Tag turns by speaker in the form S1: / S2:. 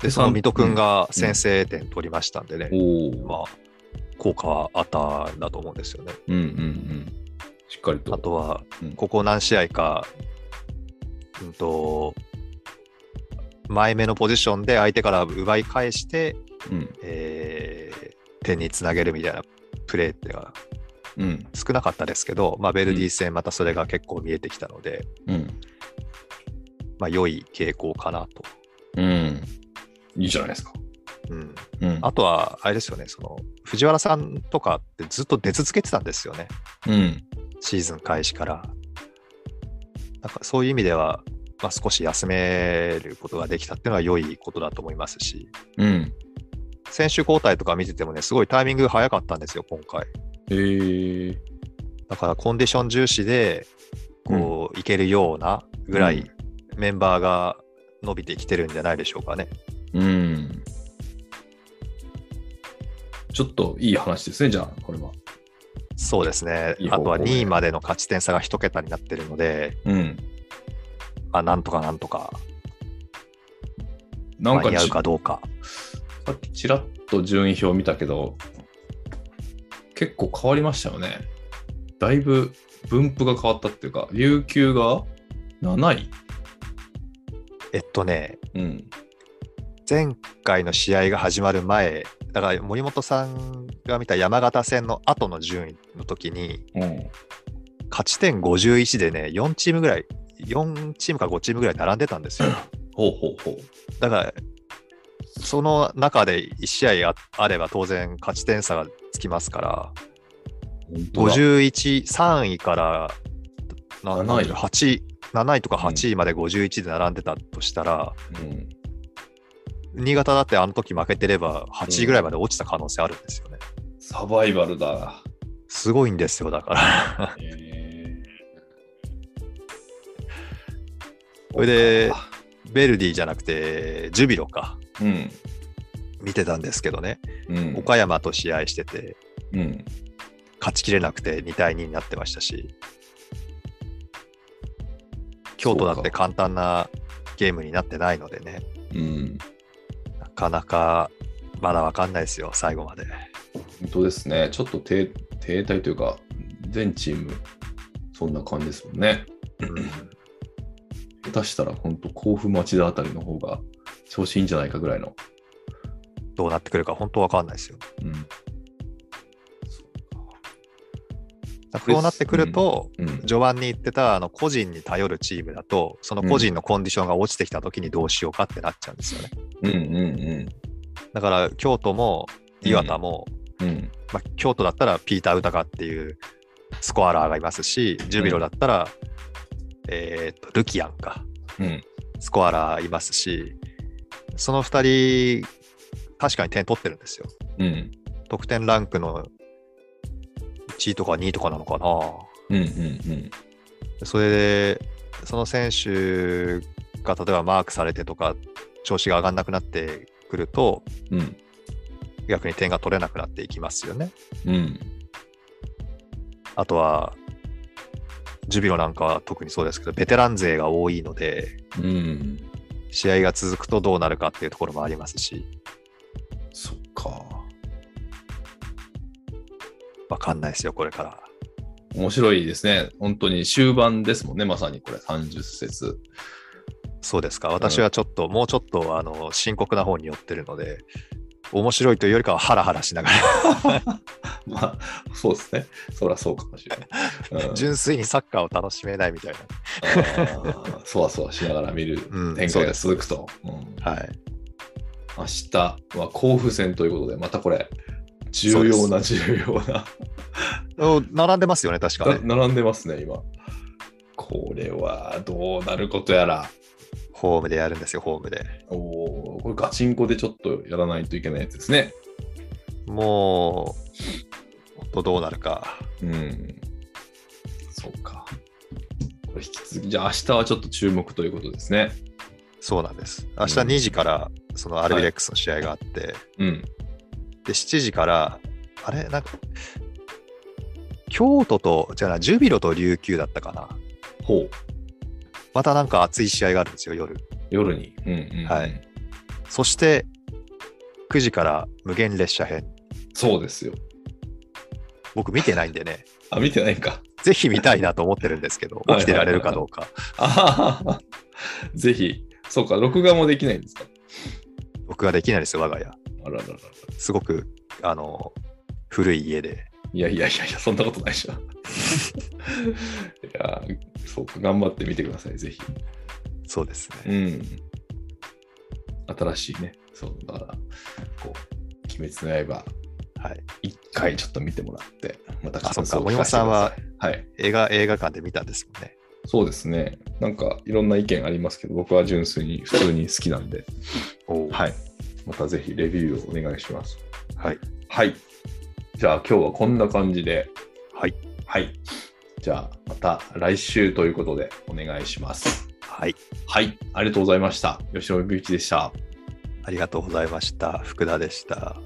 S1: で、その水戸君が先制点取りましたんでね、
S2: おお。
S1: まあ、効果はあったんだと思うんですよね。
S2: うんうんうん。しっかりと。
S1: あとは
S2: うん、
S1: ここ何試合か、うんと、前目のポジションで相手から奪い返して、
S2: うん。
S1: えー点につなげるみたいなプレーっていうのが
S2: うん。
S1: 少なかったですけど、まあ、ベルディ戦、またそれが結構見えてきたので、
S2: うん。
S1: まあ、良い傾向かなと。
S2: うん。いいじゃないですか。
S1: うん、
S2: うん。
S1: あとは、あれですよね、その藤原さんとかってずっと出続けてたんですよね、
S2: うん。
S1: シーズン開始から。なんかそういう意味では、まあ、少し休めることができたっていうのは良いことだと思いますし、
S2: うん。
S1: 選手交代とか見ててもね、すごいタイミング早かったんですよ、今回。
S2: えー。
S1: だからコンディション重視でこういけるようなぐらいメンバーが伸びてきてるんじゃないでしょうかね。
S2: うん。ちょっといい話ですね、じゃあ、これは。
S1: そうですね
S2: いい。方
S1: あ
S2: 向
S1: とは2位までの勝ち点差が1桁になってるので、
S2: うん。
S1: まあ、なんとかなんとか
S2: なん
S1: 間
S2: か
S1: に合う
S2: ち、
S1: かどうか。
S2: さっきちらっと順位表見たけど、結構変わりましたよね。だいぶ分布が変わったっていうか、琉球が7位。
S1: えっとね、
S2: うん。
S1: 前回の試合が始まる前、だから森本さんが見た山形戦の後の順位の時に、
S2: うん。
S1: 勝ち点51でね、4チームぐらい、4チームか5チームぐらい並んでたんですよ。
S2: ほうほうほう。
S1: だから、その中で1試合ああれば当然勝ち点差がつきますから、
S2: 本当だ
S1: 51、3位からな
S2: 7位
S1: なんていうの8位、7位とか8位まで51で並んでたとしたら、
S2: うん。
S1: 新潟だってあの時負けてれば8位ぐらいまで落ちた可能性あるんですよね。
S2: サバイバルだ。
S1: すごいんですよ、だから。
S2: え
S1: それで、ベルディじゃなくて、ジュビロか、
S2: ー、うん。
S1: 見てたんですけどね、
S2: うん。
S1: 岡山と試合してて、
S2: うん。
S1: 勝ちきれなくて2対2になってましたし、京都だって簡単なゲームになってないのでね、
S2: うん。
S1: なかなかまだわかんないですよ、最後まで。
S2: 本当ですね。ちょっと停停滞というか、全チーム、そんな感じですもんね。下手したら、本当甲府町田あたりの方が調子いいんじゃないかぐらいの。
S1: どうなってくるか本当わかんないですよ。
S2: うん。
S1: こうなってくると、
S2: うん。
S1: 序盤に言ってたあの個人に頼るチームだと、その個人のコンディションが落ちてきた時にどうしようかってなっちゃうんですよね。
S2: うんうん
S1: だから京都も岩田も、
S2: うん。うん。
S1: まあ、京都だったらピーター・ウタカっていうスコアラーがいますし、ジュビロだったら、えーっとルキアンか、
S2: うん。
S1: スコアラーいますし、その2人、確かに点取ってるんですよ。
S2: うん。
S1: 得点ランクの1位とか2位とかなのかな。
S2: うんうん
S1: それで、その選手が例えばマークされてとか、調子が上がんなくなってくると、
S2: うん。うん。
S1: 逆に点が取れなくなっていきますよね。
S2: うん。
S1: あとは、ジュビロなんかは特にそうですけど、ベテラン勢が多いので、
S2: うん。
S1: 試合が続くとどうなるかっていうところもありますし、
S2: そっか。
S1: わかんないですよ、これから。
S2: 面白いですね。本当に終盤ですもんね。まさにこれ、30節。
S1: そうですか、私はちょっと、もうちょっとあの深刻な方に寄ってるので、面白いというよりかはハラハラしなが
S2: まあ、そうですね。そりゃそうかもしれ ない。う
S1: ら、
S2: ん
S1: 純粋にサッカーを楽しめないみたい
S2: あーそわそわしながら見る
S1: うん
S2: 展
S1: そうで
S2: 開が
S1: す
S2: 続くと、うん
S1: な。はい。
S2: 明日は甲府戦ということで、またこれ、重要な重要な、
S1: お並んでますよね、確かね。
S2: な並んでますね、今。これはどうなることやら。
S1: ホームでやるんですよ、ホームで。
S2: おーこれガチンコでちょっとやらないといけないやつですね。
S1: もう、ほんとどうなるか。
S2: うん。そうか。これ引き続き、じゃあ明日はちょっと注目ということですね。
S1: そうなんです。明日2時から、そのアルビレックスの試合があって、
S2: うん。
S1: で7時からあれなんか京都とじゃあなジュビロと琉球だったかな
S2: ほう。
S1: またなんか熱い試合があるんですよ夜
S2: 夜に。うん、うん。
S1: はい。そして、9時から無限列車編。
S2: そうですよ。
S1: 僕見てないんで ね、
S2: あ、見てないか。
S1: ぜひ見たいなと思ってるんですけど、
S2: いは
S1: 起
S2: い
S1: きてられるかどうか。
S2: ああ、ぜひ。そうか、録画もできないんですか。
S1: 僕ができないですよ、我が家。
S2: あらららら。
S1: すごく、あの、古い家で。
S2: いやいやいやいや、そんなこと ないじゃん。いや、そうか、頑張ってみてください、ぜひ。
S1: そうですね。
S2: うん。新しいね、そう、だから、こう、鬼滅の刃、
S1: はい。
S2: 一回ちょっと見てもらって、また
S1: あ、そ
S2: 感
S1: っ
S2: 想
S1: か、
S2: を
S1: 森
S2: 聞
S1: 本
S2: かせて
S1: さん
S2: くだ
S1: は
S2: さい。はい。
S1: 映画、映画館で見たんですもんね。
S2: そうですね。なんか、いろんな意見ありますけど、僕は純粋に、普通に好きなんで、
S1: おう
S2: はい。またぜひ、レビューをお願いします。
S1: はい。
S2: はい。じゃあ、今日はこんな感じで、
S1: はい。
S2: はい。じゃあ、また来週ということで、お願いします。
S1: はい。
S2: はい、ありがとうございました。吉野美一でした。
S1: ありがとうございました。福田でした。